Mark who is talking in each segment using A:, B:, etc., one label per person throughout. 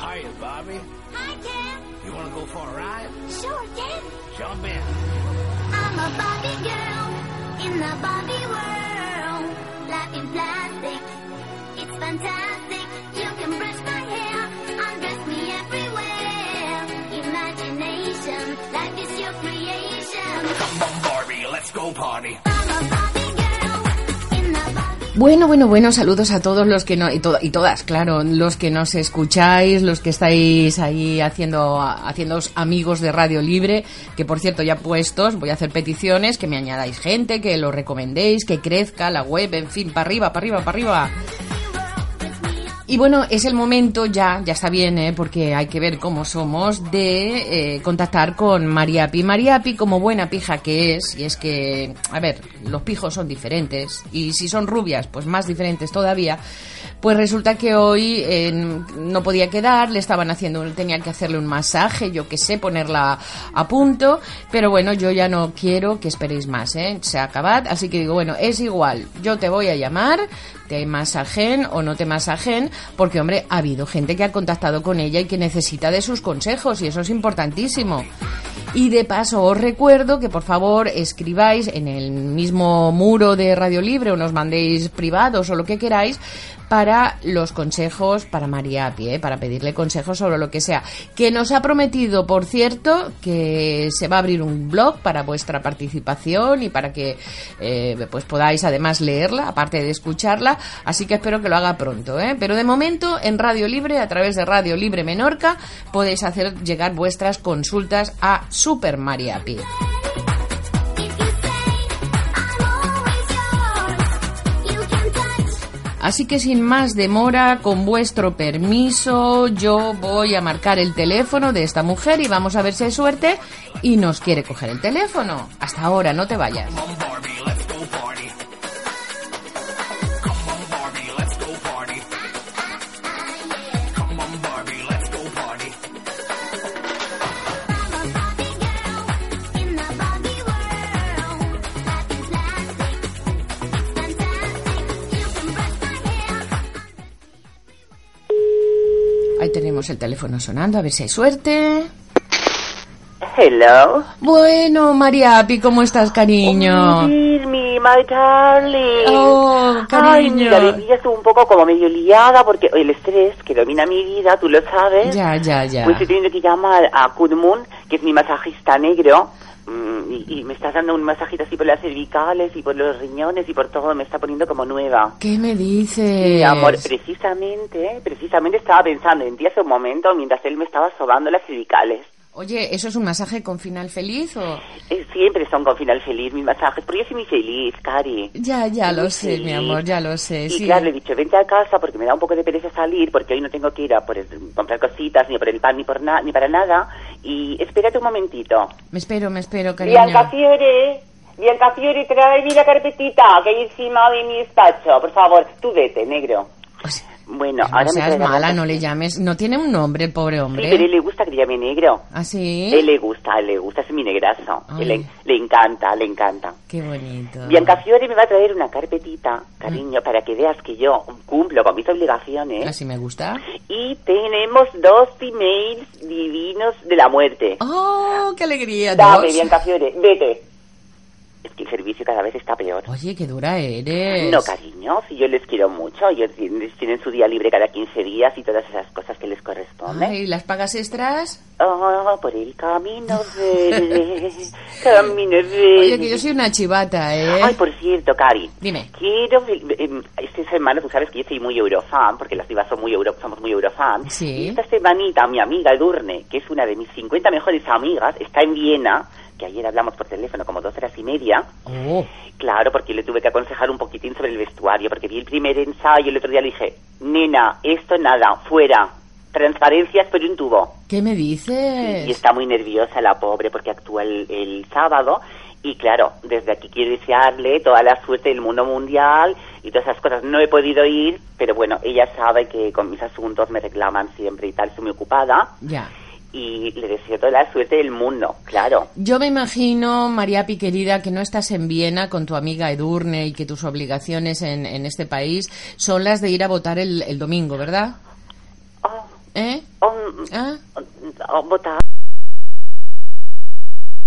A: are you, Bobby?
B: Hi, Ken.
A: You want to go for a ride?
B: Sure, Ken.
A: Jump in.
B: I'm a Barbie girl in the Barbie world. Life in plastic, it's fantastic. You can brush my hair, undress me everywhere. Imagination, life is your creation.
A: Come on, Barbie, let's go party.
B: I'm a Barbie girl in the Barbie.
C: Bueno, bueno, bueno, saludos a todos los que no, y, to- y todas, claro, los que nos escucháis, los que estáis ahí haciendo, haciéndoos amigos de Radio Libre, que por cierto ya puestos, voy a hacer peticiones, que me añadáis gente, que lo recomendéis, que crezca la web, en fin, para arriba, para arriba, para arriba. Y bueno, es el momento ya, ya está bien, ¿eh? porque hay que ver cómo somos, de eh, contactar con Mariapi. Mariapi, como buena pija que es, y es que, a ver, los pijos son diferentes, y si son rubias, pues más diferentes todavía, pues resulta que hoy eh, no podía quedar, le estaban haciendo, tenía que hacerle un masaje, yo qué sé, ponerla a punto, pero bueno, yo ya no quiero que esperéis más, ¿eh? se acabad, así que digo, bueno, es igual, yo te voy a llamar, te masajen o no te masajen, porque hombre, ha habido gente que ha contactado con ella y que necesita de sus consejos y eso es importantísimo. Y de paso os recuerdo que por favor escribáis en el mismo muro de Radio Libre o nos mandéis privados o lo que queráis para los consejos para María a pie, para pedirle consejos sobre lo que sea. Que nos ha prometido, por cierto, que se va a abrir un blog para vuestra participación y para que eh, pues podáis además leerla, aparte de escucharla. Así que espero que lo haga pronto. ¿eh? Pero de momento, en Radio Libre, a través de Radio Libre Menorca, podéis hacer llegar vuestras consultas a Super María Pie.
B: If you say I'm always yours, you can touch.
C: Así que sin más demora, con vuestro permiso, yo voy a marcar el teléfono de esta mujer y vamos a ver si hay suerte y nos quiere coger el teléfono. Hasta ahora, no te vayas.
A: Come on, Barbie, let's go party. Come on, Barbie, let's go party. Come on, Barbie, let's go party.
B: I'm a Barbie girl in the Barbie world. Life is plastic, it's fantastic. You can brush my hair.
C: Ahí tenemos el teléfono sonando, a ver si hay suerte.
D: Hello.
C: Bueno, María Api, ¿cómo estás, cariño?
D: Dear me, my darling.
C: Oh,
D: Ay,
C: cariño.
D: mira, mi vida estuvo un poco como medio liada porque el estrés que domina mi vida, tú lo sabes.
C: Ya, ya, ya.
D: Pues estoy teniendo que llamar a Kudmun, que es mi masajista negro. mm, Y, y me estás dando un masajito así por las cervicales y por los riñones y por todo, me está poniendo como nueva.
C: ¿Qué me dices?
D: Mi amor, precisamente, precisamente estaba pensando en ti hace un momento mientras él me estaba sobando las cervicales.
C: Oye, ¿eso es un masaje con final feliz o...?
D: Eh, Siempre son con final feliz mis masajes, porque yo soy muy feliz, Cari.
C: Ya, ya lo sé,
D: Sí.
C: mi amor, ya lo sé.
D: Y
C: sí.
D: claro, le he dicho, vente a casa porque me da un poco de pereza salir, porque hoy no tengo que ir a por el- comprar cositas, ni por el pan, ni, por na- ni para nada. Y espérate un momentito.
C: Me espero, me espero, cariño.
E: Bianca Fiore, Bianca Fiore, trae la carpetita que hay encima de mi despacho, por favor.
D: Tú vete, negro.
C: O sea,
D: Bueno,
C: No
D: ahora me
C: seas
D: traerá la-
C: mala, no le llames. No tiene un nombre el pobre
D: Sí,
C: hombre.
D: pero él le gusta que le llame negro.
C: ¿Ah, sí?
D: Él le gusta, él le gusta, es mi negrazo.
C: Ay. Ah.
D: Él le, le encanta, le encanta.
C: Qué bonito.
D: Bianca Fiore me va a traer una carpetita, cariño, para que veas que yo cumplo con mis obligaciones.
C: Así me gusta.
D: Y tenemos dos emails divinos de la muerte.
C: ¡Oh, qué alegría!
E: Dame,
C: Dios.
E: Bianca Fiore, vete.
D: Es que el servicio cada vez está peor.
C: Oye, qué dura eres.
D: No, cariño, si yo les quiero mucho, ellos tienen tienen su día libre cada 15 días y todas esas cosas que les corresponden.
C: Ay, ¿las pagas extras?
D: Oh, por el camino verde, camino verde.
C: Oye, que yo soy una chivata, ¿eh?
D: Ay, pues. por cierto, Cari.
C: Dime.
D: Quiero... em, Esta semana tú sabes que yo soy muy eurofan, porque las divas son muy euro, somos muy eurofan.
C: Sí.
D: Y esta semanita mi amiga Edurne, que es una de mis 50 mejores amigas, está en Viena, que ayer hablamos por teléfono como dos horas y media.
C: Oh,
D: Claro, porque le tuve que aconsejar un poquitín sobre el vestuario, porque vi el primer ensayo y el otro día le dije, nena, esto nada, fuera, transparencias por un tubo.
C: ¿qué me
D: Y
C: dices?
D: está muy nerviosa la pobre porque actúa el, el sábado. Y claro, desde aquí quiero desearle toda la suerte del mundo mundial y todas esas cosas. No he podido ir, pero bueno, ella sabe que con mis asuntos me reclaman siempre y tal, estoy muy ocupada.
C: Ya.
D: Y le deseo toda la suerte del mundo, claro.
C: Yo me imagino, Mariapi querida, que no estás en Viena con tu amiga Edurne y que tus obligaciones en, en este país son las de ir a votar el, el domingo, ¿verdad?
D: Oh,
C: ¿Eh?
D: oh,
C: Ah.
D: a votar.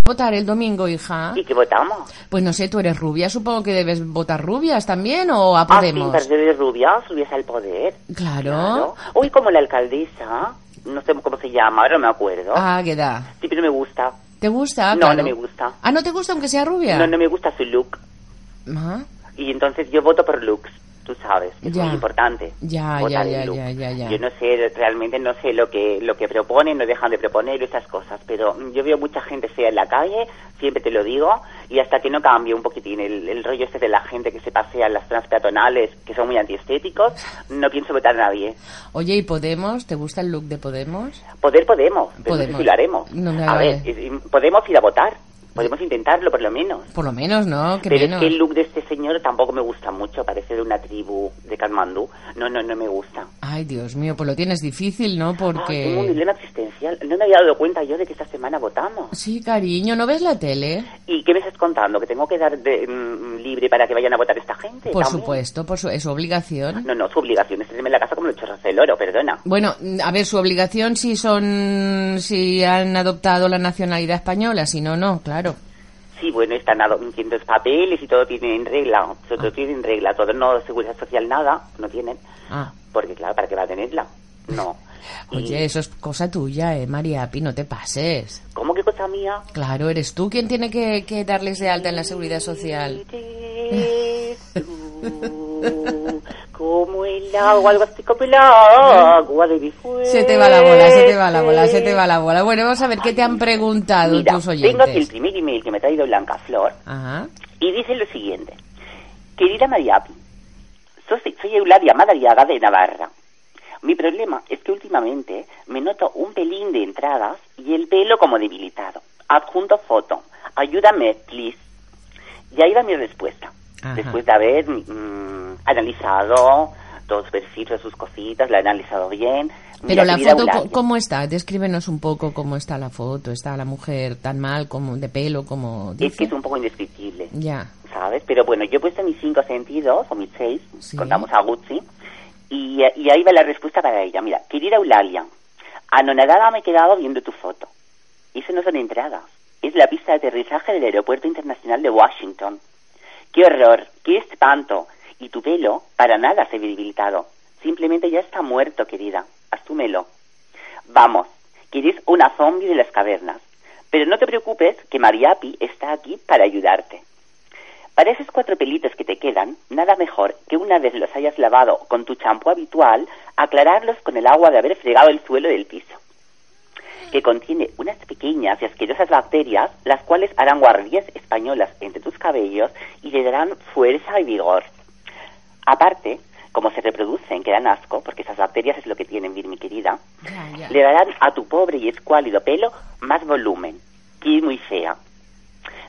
C: Votar el domingo, hija.
D: ¿Y qué votamos?
C: Pues no sé, tú eres rubia, supongo que debes votar rubias también o a
D: Ah, sí,
C: Podemos.
D: pero de rubias, rubias al poder.
C: Claro.
D: Uy, como la alcaldesa, no sé cómo se llama, ahora no me acuerdo.
C: Ah, ¿qué da?
D: Sí, pero me gusta.
C: ¿Te gusta?
D: No,
C: Claro.
D: no me gusta.
C: Ah, ¿no te gusta aunque sea rubia?
D: No, no me gusta su look.
C: Ah,
D: Y entonces yo voto por looks, tú sabes, es
C: Ya.
D: muy importante.
C: Ya,
D: votar
C: ya,
D: el
C: ya,
D: look.
C: ya, ya, ya.
D: Yo no sé, realmente no sé lo que lo que proponen, no dejan de proponer esas cosas, pero mm, yo veo mucha gente sea en la calle, siempre te lo digo, y hasta que no cambie un poquitín el, el rollo este de la gente que se pasea en las trans peatonales, que son muy antiestéticos, no pienso votar a nadie.
C: Oye, ¿y Podemos? ¿Te gusta el look de Podemos?
D: Poder podemos, pero no sé
C: Podemos.
D: si lo haremos.
C: No, no,
D: a
C: no,
D: ver,
C: no.
D: eh, eh, podemos ir a votar, podemos intentarlo por lo menos.
C: Por lo menos, ¿no? Que
D: Pero
C: menos.
D: es que el look de este señor tampoco me gusta mucho, parece de una tribu de Katmandú. No, no, no me gusta.
C: Ay, Dios mío, pues lo tienes difícil, ¿no?
D: Ay, tengo un
C: Porque...
D: dilema existencial. No me había dado cuenta yo de que esta semana votamos.
C: Sí, cariño, ¿no ves la tele?
D: ¿Y qué me estás contando? ¿Que tengo que dar de, mm, libre para que vayan a votar esta gente?
C: Por
D: también?
C: supuesto, por su... es su obligación.
D: No, no, su obligación es tenerme en la casa como los chorros del oro, perdona.
C: Bueno, a ver, su obligación si son... si han adoptado la nacionalidad española, si no, no, claro.
D: Sí, bueno, están haciendo papeles y todo tiene en regla. O sea, Todo tiene en regla. Todo no, seguridad social, nada. No tienen.
C: Ah.
D: Porque, claro, ¿para qué va a tenerla? No. Y-
C: Oye, eso es cosa tuya, ¿eh, María Pi? No te pases.
D: ¿Cómo que cosa mía?
C: Claro, eres tú quien tiene que, que darles de alta en la seguridad social.
D: Eres tú, Como el agua, algo así como el agua de mi fuente.
C: Se te va la bola, se te va la bola, se te va la bola. Bueno, vamos a ver qué te han preguntado
D: Mira,
C: tus
D: tengo aquí el
C: oyentes.
D: primer email que me ha traído Blanca Flor
C: Ajá.
D: y dice lo siguiente. Querida Mariapi, soy, soy Eulalia Madariaga de Navarra. Mi problema es que últimamente me noto un pelín de entradas y el pelo como debilitado. Adjunto foto. Ayúdame, please. Y ahí va mi respuesta.
C: Ajá.
D: Después de haber mm, analizado todos los versitos, sus cositas, la he analizado bien.
C: Pero
D: Mira,
C: la
D: querida
C: foto,
D: Eulalia,
C: co- ¿cómo está? Descríbenos un poco cómo está la foto. ¿Está la mujer tan mal, como de pelo, como
D: es que
C: dice?
D: es un poco indescriptible.
C: Ya.
D: ¿sabes? Pero bueno, yo he puesto mis cinco sentidos, o mis seis,
C: Sí.
D: contamos a Gucci, y, y ahí va la respuesta para ella. Mira, querida Eulalia, anonadada me he quedado viendo tu foto. Eso no son entradas, es la pista de aterrizaje del Aeropuerto Internacional de Washington. ¡Qué horror! ¡Qué espanto! Y tu pelo para nada se ve debilitado. Simplemente ya está muerto, querida. Asúmelo. Vamos, que eres una zombie de las cavernas. Pero no te preocupes, que Mariapi está aquí para ayudarte. Para esos cuatro pelitos que te quedan, nada mejor que una vez los hayas lavado con tu champú habitual, aclararlos con el agua de haber fregado el suelo del piso, que contiene unas pequeñas y asquerosas bacterias, las cuales harán guardias españolas entre tus cabellos y le darán fuerza y vigor. Aparte, como se reproducen, que dan asco, porque esas bacterias es lo que tienen, mi querida,
C: Ya, ya.
D: le darán a tu pobre y escuálido pelo más volumen, que es muy fea.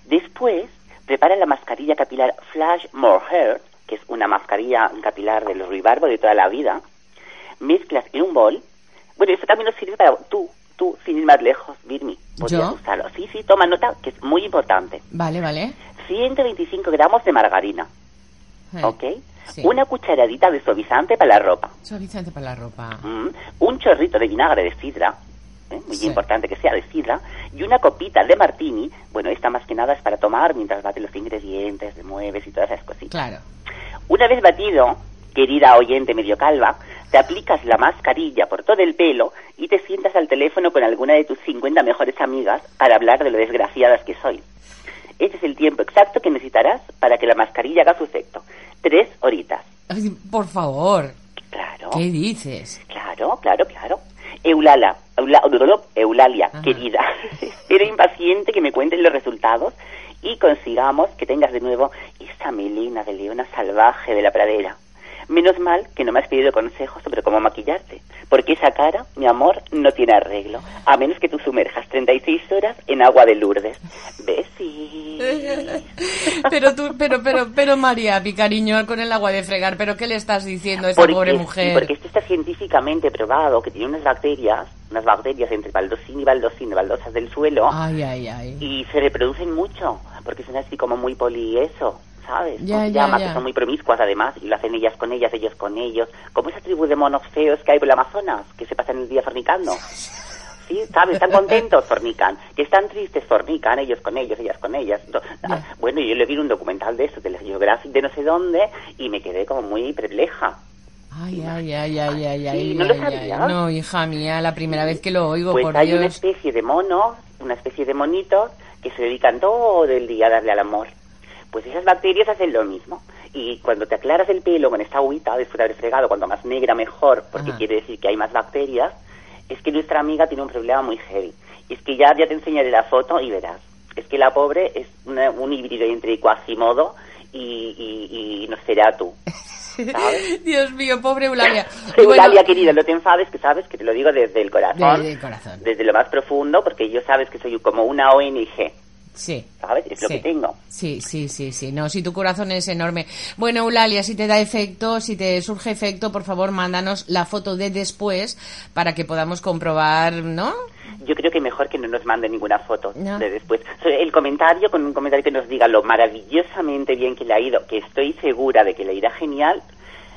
D: Después, prepara la mascarilla capilar Flash More Hair, que es una mascarilla capilar del ruibarbo de toda la vida. Mezclas en un bol. Bueno, eso también nos sirve para tú, tú, sin ir más lejos, Birmi. Podrías
C: ¿Yo?
D: usarlo. Sí, sí, toma nota, que es muy importante.
C: Vale, vale.
D: 125 gramos de margarina,
C: Eh.
D: ¿ok?
C: sí.
D: Una cucharadita de suavizante para la ropa.
C: Suavizante para la ropa.
D: Mm, un chorrito de vinagre de sidra, ¿eh? muy
C: Sí.
D: importante que sea de sidra, y una copita de martini, bueno, esta más que nada es para tomar mientras bates los ingredientes, te mueves y todas esas cositas.
C: Claro.
D: Una vez batido, querida oyente medio calva, te aplicas la mascarilla por todo el pelo y te sientas al teléfono con alguna de tus 50 mejores amigas para hablar de lo desgraciadas que soy. Este es el tiempo exacto que necesitarás para que la mascarilla haga su efecto. Tres horitas.
C: Ay, por favor.
D: Claro.
C: ¿Qué dices?
D: Claro, claro, claro. Eulala, Eula- Eulalia,
C: Ajá.
D: querida, espero impaciente que me cuentes los resultados y consigamos que tengas de nuevo esa melena de leona salvaje de la pradera. Menos mal que no me has pedido consejos sobre cómo maquillarte, porque esa cara, mi amor, no tiene arreglo, a menos que tú sumerjas 36 horas en agua de Lourdes. Besis.
C: Pero tú, pero, pero, pero María, mi cariño, con el agua de fregar, ¿pero qué le estás diciendo a esa
D: Porque-
C: pobre
D: sí,
C: mujer?
D: Porque esto está científicamente probado que tiene unas bacterias, unas bacterias entre baldosín y baldosín, baldosas
C: Ah.
D: del suelo,
C: Ay, ay, ay.
D: y se reproducen mucho, porque son así como muy polieso, ¿sabes?
C: Ya,
D: Con
C: ya,
D: llamas,
C: ya.
D: que son muy promiscuas además, y lo hacen ellas con ellas, ellos con ellos. Como esa tribu de monos feos que hay por el Amazonas, que se pasan el día fornicando. Sí, ¿sabes? Están contentos, fornican. Que están tristes, fornican, ellos con ellos, ellas con ellas. No, ah, Bueno, yo le vi un documental de eso, de la Geographic, de no sé dónde, y me quedé como muy perpleja.
C: Ay, ay, ay, ay, ay, ay.
D: Sí, ¿no lo
C: ay, ay.
D: sabías?
C: No, hija mía, la primera vez que lo oigo,
D: Pues
C: por
D: hay una
C: Dios.
D: especie de monos, una especie de monitos que se dedican todo el día a darle al amor. Pues esas bacterias hacen lo mismo. Y cuando te aclaras el pelo con esta agüita, después de haber fregado, cuanto más negra mejor, porque
C: Ajá.
D: quiere decir que hay más bacterias, es que nuestra amiga tiene un problema muy heavy. Y es que ya, ya te enseñaré la foto y verás. Es que la pobre es una- un híbrido entre Quasimodo y, y, y Nosferatu. ¿Sabes?
C: Dios mío, pobre Eulalia. Y bueno,
D: Eulalia, querida, no te enfades, que sabes que te lo digo desde el corazón.
C: Desde el corazón.
D: Desde lo más profundo, porque yo sabes que soy como una ONG,
C: Sí.
D: ¿sabes? Es lo
C: sí.
D: que tengo.
C: Sí, sí, sí, sí. No, si tu corazón es enorme. Bueno, Eulalia, si te da efecto, si te surge efecto, por favor, mándanos la foto de después para que podamos comprobar, ¿no?
D: Yo creo que mejor que no nos mande ninguna foto
C: No.
D: de después. So, El comentario, con un comentario que nos diga lo maravillosamente bien que le ha ido, que estoy segura de que le irá genial.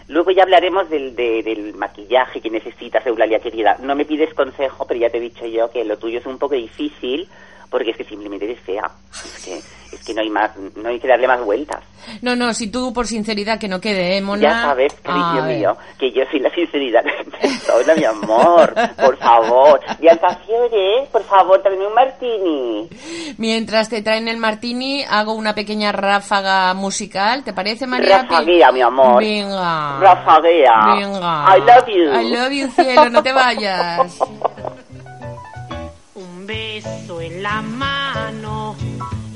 D: Luego ya hablaremos del, de- del maquillaje que necesitas, Eulalia querida. No me pides consejo, pero ya te he dicho yo que lo tuyo es un poco difícil, porque es que simplemente eres fea. Es que, es que no hay más, no hay que darle más vueltas.
C: No, no, si tú, por sinceridad, que no quede, ¿eh, Mona?
D: Ya sabes, cariño
C: A ver.
D: mío, que yo soy la sinceridad de persona, mi amor. Por favor. Y al Fiore, por favor, tráeme un martini.
C: Mientras te traen el martini, hago una pequeña ráfaga musical. ¿Te parece, María?
D: Rafaguea, mi amor.
C: Venga.
D: Rafaguea.
C: Ah, Venga.
D: I love you.
C: I love you, cielo. No te vayas.
F: Un beso en la mano,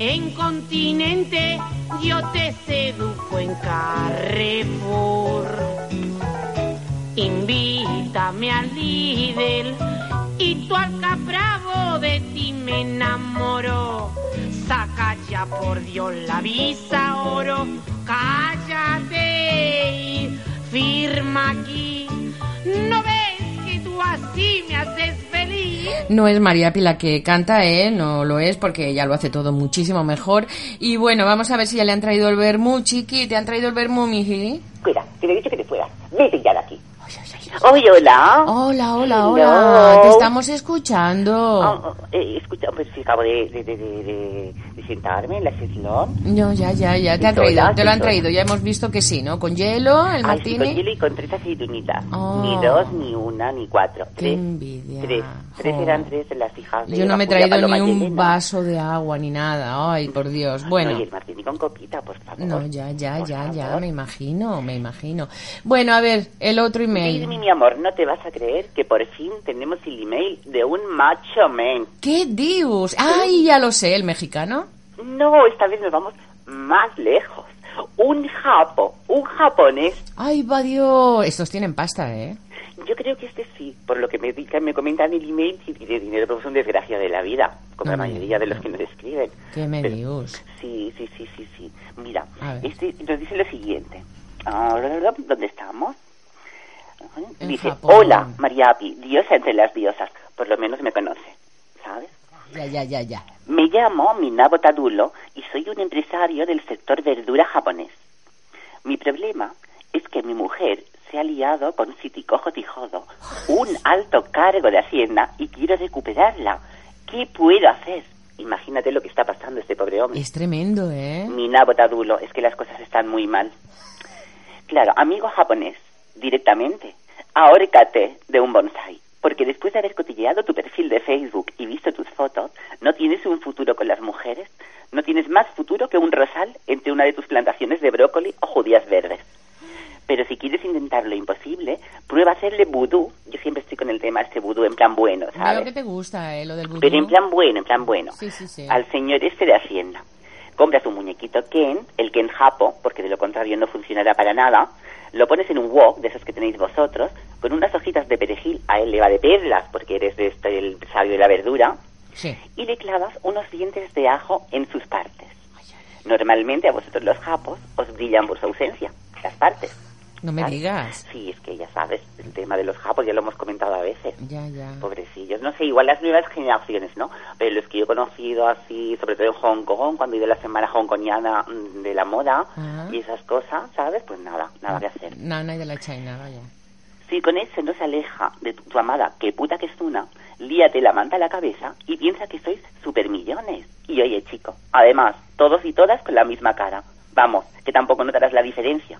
F: en continente yo te seduco en Carrefour. Invítame al Lidl y tu alca bravo de ti me enamoro. Saca ya por Dios la visa oro, cállate y firma aquí. ¿No ves que tú así me haces feliz?
C: No es María Pila que canta, ¿eh? No lo es porque ella lo hace todo muchísimo mejor. Y bueno, vamos a ver si ya le han traído el vermú, chiqui. ¿Te han traído el vermú, miji?
D: Cuida, te he dicho que te fueras. Vete ya de aquí. Oye, hola.
C: Hola, hola, hola.
D: Hello.
C: Te estamos escuchando.
D: Ah, ah, eh, escucha, pues sí, acabo de, de, de, de- de- de sentarme en la sesión.
C: No, ya, ya, ya. Te han
D: Sola,
C: traído, te lo han
D: sola.
C: traído. Ya hemos visto que sí, ¿no? Con hielo, el
D: Ay, Ah, sí, con
C: martini.
D: hielo y con tres aceitunitas.
C: Oh.
D: Ni dos, ni una, ni cuatro.
C: Qué
D: Tres.
C: envidia.
D: Tres. Tres
C: Jo.
D: eran tres de las hijas de
C: Yo no me he
D: Julia
C: traído ni
D: Paloma
C: un
D: Yelena.
C: vaso de agua ni nada. Ay, por Dios. Bueno.
D: Ah, No, y el martini con copita, por favor.
C: No, ya, ya,
D: Por
C: ya, ya,
D: favor.
C: me imagino, me imagino. Bueno, a ver, el otro
D: Sí,
C: email.
D: mi amor, no te vas a creer que por fin tenemos el email de un macho men.
C: ¿Qué dios? Ay, ya lo sé, el mexicano.
D: No, esta vez nos vamos más lejos. Un japo, un japonés.
C: Ay, va Dios. Estos tienen pasta, ¿eh?
D: Yo creo que este sí, por lo que me, di- que me comentan en el email, sí tiene dinero, porque es un desgracia de la vida, como
C: No
D: la
C: me
D: mayoría de los que
C: digas.
D: nos escriben.
C: Qué me
D: Pero-
C: dios.
D: Sí, sí, sí, sí, sí. Mira,
C: A ver.
D: este nos dice lo siguiente. Ah, ¿Dónde estamos?
C: En
D: Dice,
C: Japón.
D: hola, María Api, diosa entre las diosas. Por lo menos me conoce, ¿sabes?
C: Ya, ya, ya, ya.
D: Me llamo Minabo Tadulo y soy un empresario del sector verdura japonés. Mi problema es que mi mujer se ha liado con Sitikojo Tijodo, un alto cargo de Hacienda, y quiero recuperarla. ¿Qué puedo hacer? Imagínate lo que está pasando a este pobre hombre.
C: Es tremendo, ¿eh?
D: Mi nabo tadulo, es que las cosas están muy mal. Claro, amigo japonés, directamente, ahórcate de un bonsai, porque después de haber cotilleado tu perfil de Facebook y visto tus fotos, no tienes un futuro con las mujeres, no tienes más futuro que un rosal entre una de tus plantaciones de brócoli o judías verdes. Pero si quieres intentar lo imposible, prueba a hacerle vudú. Yo siempre estoy con el tema este vudú en plan bueno, ¿sabes?
C: Veo que te gusta, ¿eh? Lo del vudú.
D: Pero en plan bueno, en plan bueno.
C: Sí, sí, sí.
D: Al señor este de Hacienda. Compras un muñequito Ken, el Ken Japo, porque de lo contrario no funcionará para nada. Lo pones en un wok, de esos que tenéis vosotros, con unas hojitas de perejil. A él le va de perlas, porque eres de este, el sabio de la verdura.
C: Sí.
D: Y le clavas unos dientes de ajo en sus partes. Normalmente a vosotros los japos os brillan por su ausencia, las partes.
C: No me
D: ¿sabes?
C: digas.
D: Sí, es que ya sabes, el tema de los japos ya lo hemos comentado a veces.
C: Ya, ya.
D: Pobrecillos, no sé, igual las nuevas generaciones, ¿no? Pero los que yo he conocido así, sobre todo en Hong Kong, cuando he ido a la semana hongkoniana mm, de la moda
C: Ajá.
D: y esas cosas, ¿sabes? Pues nada, nada que hacer.
C: Nana y de la China, vaya.
D: Si con eso no se aleja de tu, tu amada, que puta que es una, líate la manta a la cabeza y piensa que sois supermillones. Y oye, chico, además, todos y todas con la misma cara. Vamos, que tampoco notarás la diferencia.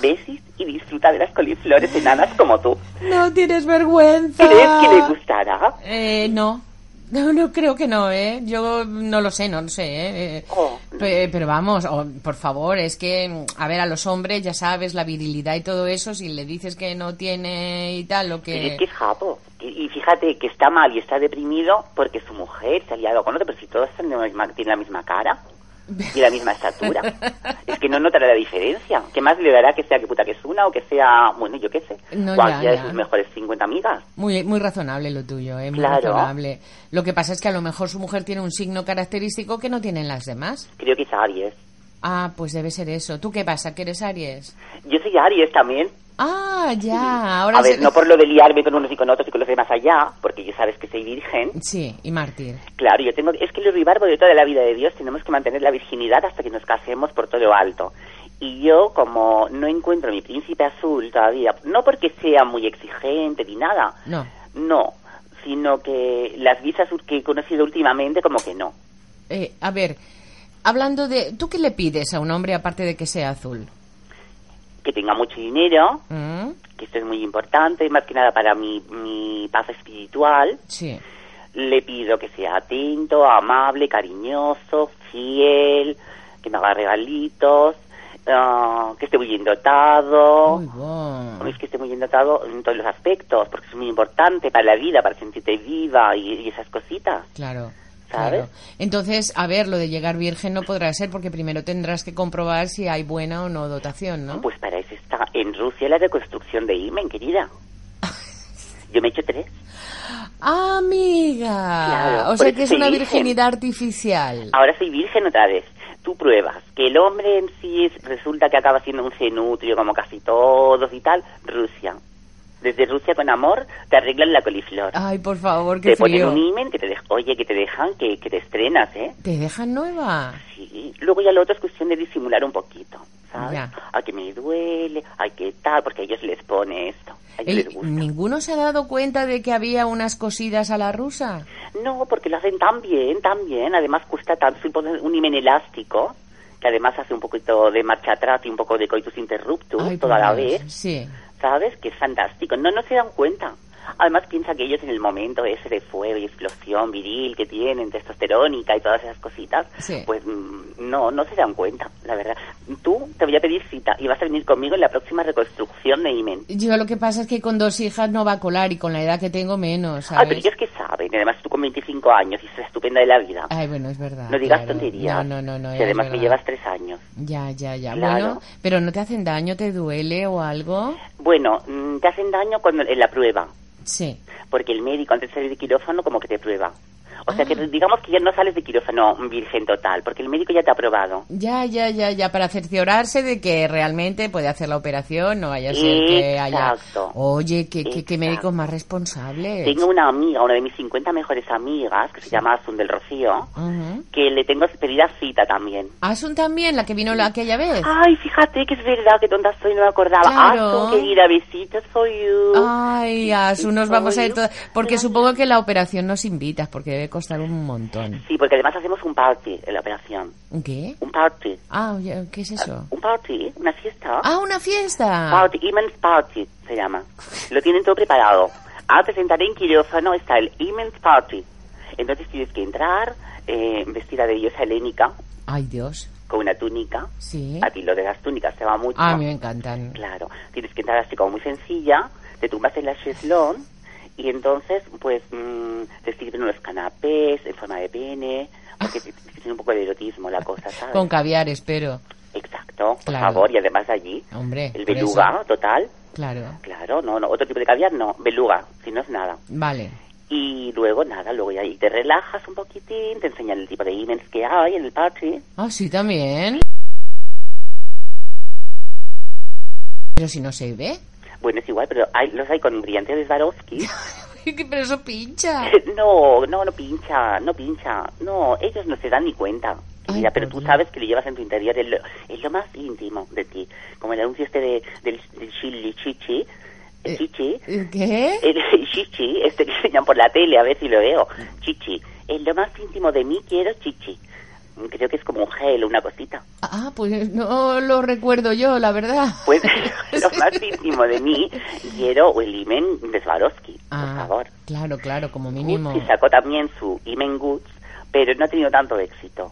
D: Besis y disfruta de las coliflores enanas como tú.
C: No tienes vergüenza.
D: ¿Crees que
C: Ah.
D: le gustará?
C: Eh, no. No, no creo que no, ¿eh? Yo no lo sé, no lo sé, ¿eh? Eh,
D: Oh.
C: pe- Pero vamos, oh, por favor, es que, a ver, a los hombres, ya sabes, la virilidad y todo eso, si le dices que no tiene y tal, lo
D: Pero
C: que...
D: es que es japo. Y, y fíjate que está mal y está deprimido porque su mujer se ha liado con otro, pero si todos tienen la misma, tienen la misma cara y la misma estatura. es que no notará la diferencia. ¿Qué más le dará que sea que puta que es una o que sea, bueno, yo qué sé,
C: No, ya,
D: cualquiera de
C: ya.
D: sus mejores 50 amigas?
C: Muy, muy razonable lo tuyo, ¿eh? Muy
D: Claro.
C: razonable. Lo que pasa es que a lo mejor su mujer tiene un signo característico que no tienen las demás.
D: Creo que es Aries.
C: Ah, pues debe ser eso. ¿Tú qué pasa? ¿Que eres Aries?
D: Yo soy Aries también.
C: Ah, ya, ahora
D: A ver,
C: se-
D: no por lo de liarme con unos y con otros y con los demás allá, porque yo sabes que soy virgen.
C: Sí, y mártir.
D: Claro, yo tengo. Es que Luis Ribarbo de toda la vida de Dios tenemos que mantener la virginidad hasta que nos casemos por todo lo alto. Y yo, como no encuentro mi príncipe azul todavía, no porque sea muy exigente ni nada,
C: No.
D: no, sino que las visas que he conocido últimamente, como que no.
C: Eh, a ver, hablando de... ¿Tú qué le pides a un hombre aparte de que sea azul?
D: Que tenga mucho dinero,
C: ¿Mm?
D: que esto es muy importante, más que nada para mi, mi paz espiritual.
C: Sí.
D: Le pido que sea atento, amable, cariñoso, fiel, que me haga regalitos, ah, que esté muy bien dotado.
C: Muy bueno.
D: Es que esté muy bien dotado en todos los aspectos, porque es muy importante para la vida, para sentirte viva y, y esas cositas.
C: Claro.
D: ¿Sabes?
C: Claro. Entonces, a ver, lo de llegar virgen no podrá ser porque primero tendrás que comprobar si hay buena o no dotación, ¿no?
D: Pues para eso está en Rusia la reconstrucción de Imen, querida. Yo me he hecho tres.
C: Amiga,
D: Claro, pues
C: o
D: por
C: sea
D: eso
C: que es
D: te
C: una
D: dicen.
C: virginidad artificial.
D: Ahora soy virgen otra vez. Tú pruebas que el hombre en sí es- resulta que acaba siendo un cenutrio como casi todos y tal. Rusia. Desde Rusia con amor te arreglan la coliflor.
C: Ay, por favor,
D: te
C: Ah, qué
D: ponen
C: frío.
D: un imen que te dejan, oye, que te dejan que, que te estrenas, ¿eh?
C: Te dejan nueva.
D: Sí. Luego ya lo otro es cuestión de disimular un poquito, ¿sabes?
C: Ya.
D: Ay, que me duele, ay, que tal, porque a ellos les pone esto. A ellos
C: Ey,
D: les gusta.
C: ¿Ninguno se ha dado cuenta de que había unas cosidas a la rusa?
D: No, porque lo hacen tan bien, tan bien. Además cuesta tanto si ponen un himen elástico, que además hace un poquito de marcha atrás y un poco de coitus interruptus
C: Ay,
D: toda
C: por
D: la
C: Dios.
D: vez,
C: Sí.
D: ¿sabes? Que es fantástico. No, no se dan cuenta. Además piensa que ellos en el momento ese de fuego y explosión viril que tienen, testosterónica y todas esas cositas,
C: Sí.
D: pues mm, no, no se dan cuenta, la verdad. Tú te voy a pedir cita y vas a venir conmigo en la próxima reconstrucción de himen.
C: Yo lo que pasa es que con dos hijas no va a colar y con la edad que tengo menos,
D: Ay,
C: ¿sabes?
D: pero ellos que saben, además tú con 25 años y estás estupenda de la vida.
C: Ay, bueno, es verdad.
D: No digas
C: Ah, claro.
D: tonterías.
C: No, no, no, no.
D: que
C: es
D: además me
C: verdad.
D: llevas tres años.
C: Ya, ya, ya.
D: Claro.
C: Bueno, pero ¿no te hacen daño? ¿Te duele o algo?
D: Bueno, mm, te hacen daño cuando en la prueba,
C: Sí.
D: porque el médico antes de salir de quirófano como que te prueba. O sea que
C: Ah.
D: digamos que ya no sales de quirófano virgen total, porque el médico ya te ha probado.
C: Ya, ya, ya, ya. Para cerciorarse de que realmente puede hacer la operación, no vaya a ser que haya...
D: Exacto.
C: Oye, que, que,
D: Exacto.
C: médicos más responsables.
D: Tengo una amiga, una de mis 50 mejores amigas, que se llama Asun del Rocío,
C: Ujú.
D: que le tengo pedida cita también.
C: Asun también, la que vino la, aquella vez.
D: Ay, fíjate que es verdad, que tonta soy, no me acordaba.
C: Claro. Ah.
D: Asun, querida, besitos for you.
C: Ay, Asun, nos vamos a ir
D: Ay,
C: todas... Porque
D: gracias.
C: supongo que la operación nos invitas, porque debe costar un montón.
D: Sí, porque además hacemos un party en la operación.
C: ¿Qué?
D: Un party.
C: Ah, oye, ¿qué es eso?
D: Un party, una fiesta.
C: Ah, una fiesta.
D: Party, Immen's Party se llama. Lo tienen todo preparado. Ahora te sentaré en quirófano, está el Immense Party. Entonces tienes que entrar eh, vestida de diosa helénica,
C: Ay, Dios.
D: con una túnica.
C: Sí.
D: A ti lo de las túnicas se va mucho.
C: Ah, a mí me encantan.
D: Claro. Tienes que entrar así como muy sencilla, te tumbas en la cheslón y entonces pues mm, te sirven unos canapés en forma de pene, porque t- t- tiene un poco de erotismo la cosa, ¿sabes?
C: Con caviar, espero.
D: Exacto, por
C: Claro.
D: favor, y además allí,
C: Hombre,
D: el
C: por
D: beluga,
C: eso.
D: total.
C: Claro.
D: Claro, no, no, otro tipo de caviar no, beluga, si no es nada.
C: Vale.
D: Y luego nada, luego ya ahí te relajas un poquitín, te enseñan el tipo de emails que hay en el party.
C: Ah, sí, también. Pero si no se ve.
D: Bueno, es igual, pero hay, los hay con brillantes de Swarovski.
C: Pero eso pincha.
D: No, no, no pincha, no pincha. No, ellos no se dan ni cuenta.
C: Ay,
D: Mira, pero
C: por
D: tú
C: Dios.
D: sabes que lo llevas en tu interior, es lo, es lo más íntimo de ti. Como el anuncio este de, del, del chili chichi,
C: Eh,
D: eh, chichi,
C: ¿Qué?
D: el Eh, chichi, este que enseñan por la tele, a ver si lo veo. Chichi, es lo más íntimo de mí, quiero chichi. Creo que es como un gel, una cosita.
C: Ah, pues no lo recuerdo yo, la verdad.
D: Pues lo más íntimo de mí, quiero el imen de Swarovski, por
C: Ah,
D: favor.
C: claro, claro, como mínimo.
D: Gucci sacó también su Imen Goods, pero no ha tenido tanto éxito.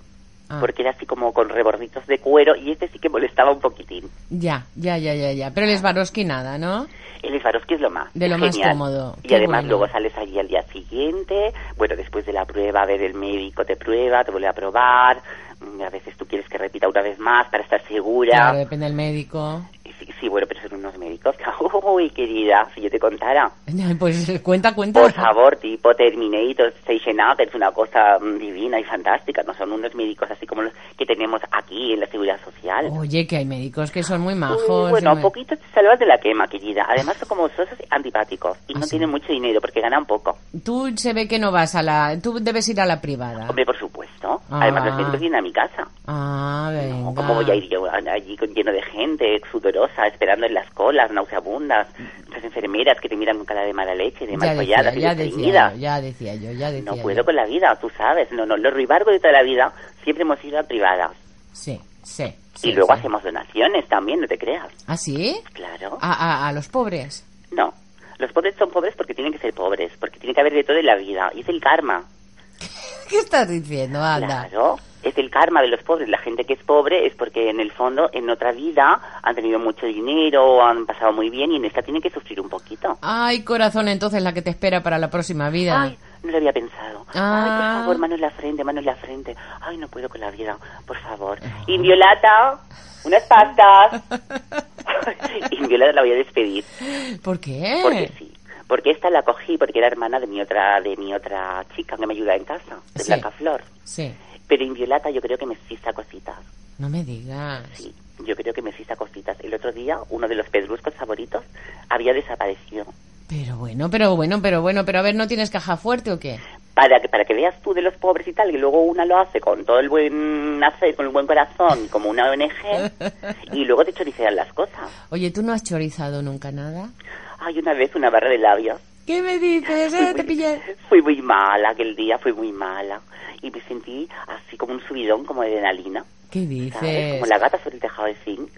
C: Ah.
D: Porque era así como con reborditos de cuero y este sí que molestaba un poquitín.
C: Ya, ya, ya, ya, ya. Pero el Swarovski nada, ¿no?
D: El Swarovski es lo más.
C: De
D: es
C: lo más
D: genial.
C: cómodo.
D: Y
C: Qué
D: además
C: bueno.
D: luego sales allí al día siguiente, bueno, después de la prueba, a ver, el médico te prueba, te vuelve a probar. mm, A veces tú quieres que repita una vez más para estar segura.
C: Claro, depende del médico.
D: Y Sí, sí, bueno, pero son unos médicos que, uy, querida, si yo te contara.
C: Pues cuenta, cuenta.
D: Por favor, tipo Terminator, Station Up, es una cosa mm, divina y fantástica. No son unos médicos así como los que tenemos aquí en la Seguridad Social.
C: Oye, que hay médicos que son muy
D: Uy,
C: majos. eh,
D: bueno,
C: y
D: un
C: muy-
D: poquito te salvas de la quema, querida. Además, son como socios antipáticos y
C: Ah,
D: no
C: sí.
D: tienen mucho dinero porque ganan poco.
C: Tú se ve que no vas a la... Tú debes ir a la privada.
D: Hombre, por supuesto.
C: Ah.
D: Además, los médicos vienen a mi casa.
C: Ah, venga.
D: No, ¿Cómo voy a ir yo allí con- lleno de gente, sudorosa, esperando en las colas, nauseabundas? Las enfermeras que te miran con cara de mala leche, de mal
C: Ya decía,
D: folladas, y
C: ya
D: estreñidas.
C: decía yo, ya decía yo, ya decía
D: No
C: yo.
D: puedo con la vida, tú sabes. No, no, los ruibargos de toda la vida siempre hemos ido a privadas.
C: Sí, sí.
D: y
C: sí,
D: luego
C: sí.
D: hacemos donaciones también, no te creas.
C: ¿Ah, sí?
D: Claro.
C: A, a, a los pobres.
D: No. Los pobres son pobres porque tienen que ser pobres, porque tiene que haber de todo en la vida. Y es el karma.
C: ¿Qué estás diciendo? Anda.
D: Claro. Es el karma de los pobres. La gente que es pobre es porque en el fondo, en otra vida, han tenido mucho dinero, han pasado muy bien y en esta tienen que sufrir un poquito.
C: Ay, corazón, entonces la que te espera para la próxima vida.
D: Ay, no lo había pensado. Ay,
C: Ah.
D: por favor, mano en la frente, mano en la frente. Ay, no puedo con la vida, por favor.
C: Ah.
D: Indiolata, unas pastas. Indiolata la voy a despedir,
C: ¿Por qué?
D: porque sí. Porque esta la cogí porque era hermana de mi otra de mi otra chica que me ayuda en casa, de
C: Sí.
D: Blanca Flor.
C: Sí.
D: Pero Indiolata yo creo que me cisa cositas.
C: No me digas.
D: Sí, yo creo que me cisa cositas. El otro día, uno de los pedruscos favoritos había desaparecido.
C: Pero bueno, pero bueno, pero bueno, pero a ver, ¿no tienes caja fuerte o qué?
D: para que, para que veas tú de los pobres y tal, y luego una lo hace con todo el buen hacer, con el buen corazón, como una ONG, y luego te choricean las cosas.
C: Oye, ¿tú no has chorizado nunca nada?
D: Hay una vez una barra de labios.
C: ¿Qué me dices?
D: Fui
C: eh? Te
D: muy-
C: pillé.
D: Fui muy mala aquel día, fui muy mala. Y me sentí así como un subidón, como de adrenalina.
C: ¿Qué
D: ¿Sabes?
C: dices?
D: Como la gata sobre el tejado de zinc.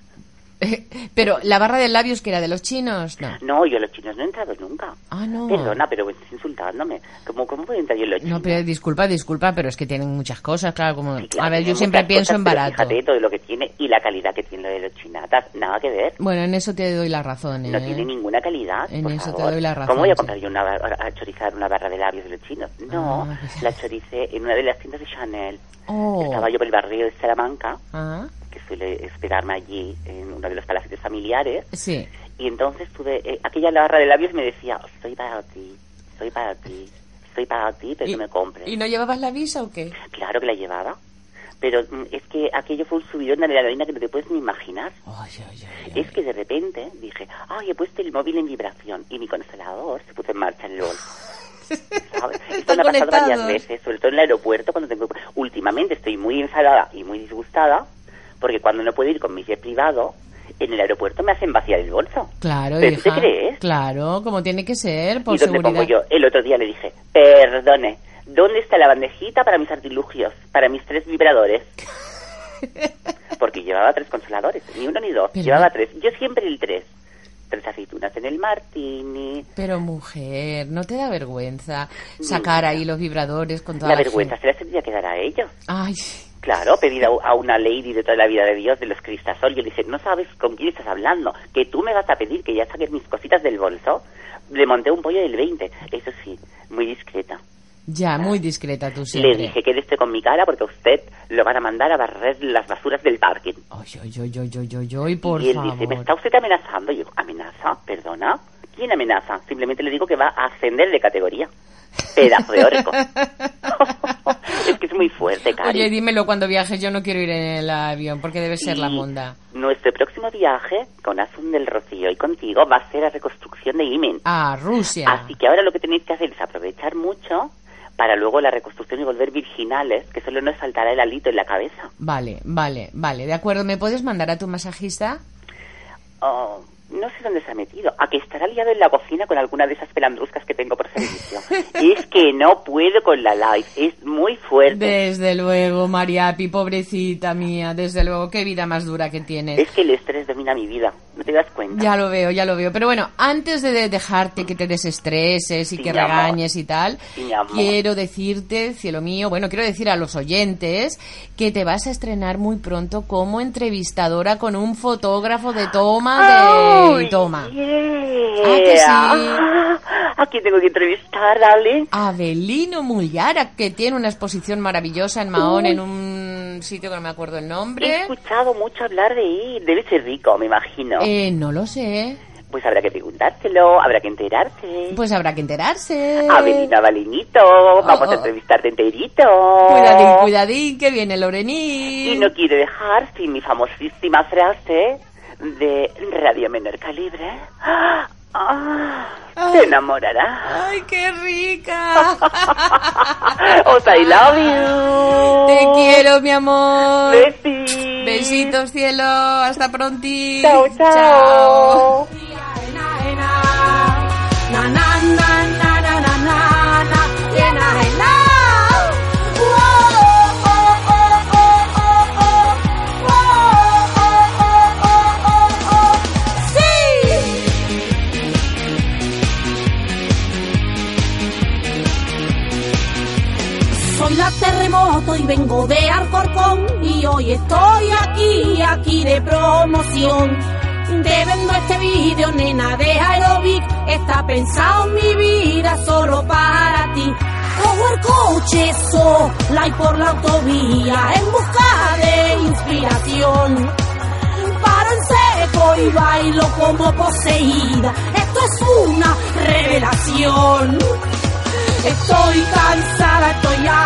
C: pero la barra de labios que era de los chinos, no.
D: No, yo a los chinos no he entrado nunca.
C: Ah, no.
D: Perdona, pero me estás insultándome. ¿Cómo, cómo puedo entrar yo en los chinos?
C: No, pero disculpa, disculpa, pero es que tienen muchas cosas, claro, como...
D: Sí, claro,
C: a ver, yo
D: tiene
C: siempre
D: muchas
C: pienso
D: cosas,
C: en
D: pero
C: barato.
D: Fíjate todo lo que tiene y la calidad que tiene lo de los chinatas. Nada que ver.
C: Bueno, en eso te doy la razón, ¿eh?
D: No tiene ninguna calidad.
C: En
D: por
C: eso te
D: favor.
C: doy la razón,
D: ¿Cómo voy a
C: sí.
D: comprar yo una, bar- a chorizar una barra de labios de los chinos? No,
C: Ah, pues-
D: la choricé en una de las tiendas de Chanel.
C: Oh.
D: Estaba yo por el barrio de Salamanca,
C: Ah,
D: que suele esperarme allí en uno de los palacios familiares.
C: sí.
D: Y entonces tuve eh, aquella barra de labios me decía, soy para ti, soy para ti, soy para ti, pero no me compres.
C: ¿Y no llevabas la visa o qué?
D: Claro que la llevaba. Pero mm, es que aquello fue un subidón de adrenalina que no te puedes ni imaginar.
C: Ay, ay, ay, ay.
D: Es que de repente dije, ay, he puesto el móvil en vibración y mi constelador se puso en marcha en LOL. ¿Sabes? Esto
C: Están
D: me ha pasado varias
C: conectados.
D: veces, sobre todo en el aeropuerto cuando tengo... Últimamente estoy muy enfadada y muy disgustada porque cuando no puedo ir con mi jet privado, en el aeropuerto me hacen vaciar el bolso.
C: Claro,
D: ¿Pero tú
C: hija.
D: te crees?
C: Claro, como tiene que ser, por
D: y dónde
C: seguridad.
D: pongo yo? El otro día le dije, perdone, ¿dónde está la bandejita para mis artilugios, para mis tres vibradores? Porque llevaba tres consoladores, ni uno ni dos,
C: Pero-
D: llevaba tres. Yo siempre el tres. Tres aceitunas en el martini.
C: Pero mujer, ¿no te da vergüenza sacar ahí los vibradores con toda
D: La
C: la,
D: vergüenza
C: gente?
D: se la tendría que dar a ellos.
C: Ay,
D: Claro, pedir a, a una lady de toda la vida de Dios, de los cristasol, y le dice, no sabes con quién estás hablando, que tú me vas a pedir que ya saques mis cositas del bolso. Le monté un pollo del 20, eso sí, muy discreta.
C: ya, muy discreta tú
D: Le
C: siempre.
D: dije, quédese con mi cara porque a usted lo van a mandar a barrer las basuras del parking.
C: Ay, ay, ay, ay, ay, ay, ay, por
D: y él
C: favor.
D: dice, ¿me está usted amenazando? Y yo, ¿amenaza? ¿Perdona? ¿Quién amenaza? Simplemente le digo que va a ascender de categoría. Pedazo de orco. es que es muy fuerte, Cari.
C: Oye, dímelo cuando viajes, yo no quiero ir en el avión porque debe ser la
D: Y
C: monda.
D: Nuestro próximo viaje con Azul del Rocío y contigo va a ser la reconstrucción de Imen.
C: Ah, Rusia.
D: Así que ahora lo que tenéis que hacer es aprovechar mucho para luego la reconstrucción y volver virginales, que solo nos faltará el alito en la cabeza.
C: Vale, vale, vale. De acuerdo, ¿me puedes mandar a tu masajista?
D: Oh, no sé dónde se ha metido. A que estará liado en la cocina con alguna de esas pelandruscas que tengo por servicio. es que no puedo con la live. Es muy fuerte.
C: Desde luego, Mariapi, pobrecita mía, desde luego, qué vida más dura que tienes.
D: Es que el estrés domina mi vida. ¿No te das cuenta?
C: Ya lo veo, ya lo veo. Pero bueno, antes de dejarte que te desestreses y
D: Sí,
C: que
D: mi amor.
C: regañes y tal,
D: Sí, mi amor.
C: quiero decirte, cielo mío, bueno, quiero decir a los oyentes que te vas a estrenar muy pronto como entrevistadora con un fotógrafo de toma de
D: ¡Ay,
C: toma.
D: yeah!
C: ¿A que sí?
D: Ah, Aquí tengo que entrevistar, Ale.
C: Abelino Mullara, que tiene una exposición maravillosa en Mahón, en un sitio que no me acuerdo el
D: He
C: nombre.
D: escuchado mucho hablar de él. Debe ser rico, me imagino.
C: Eh, no lo sé.
D: Pues habrá que preguntárselo, habrá que enterarse.
C: Pues habrá que enterarse.
D: Avelina Balinito, vamos
C: oh.
D: a entrevistarte enterito.
C: Cuidadín, cuidadín, que viene Lorení.
D: Y no quiero dejar sin mi famosísima frase de Radio Menor Calibre. Ah, ah,
C: Ay.
D: te enamorará.
C: ¡Ay, qué rica!
D: Os I love you.
C: Te quiero, mi amor.
D: Besis.
C: Besitos, cielo. Hasta pronto.
E: Chao, chao.
G: Soy la terremoto y vengo de Alcorcón y hoy estoy aquí, aquí de promoción. Te vendo este vídeo, nena de aerobic, está pensado mi vida solo para ti. Cojo el coche, sola y por la autovía en busca de inspiración. Paro en seco y bailo como poseída, esto es una revelación. Estoy cansada, estoy harta. Oh,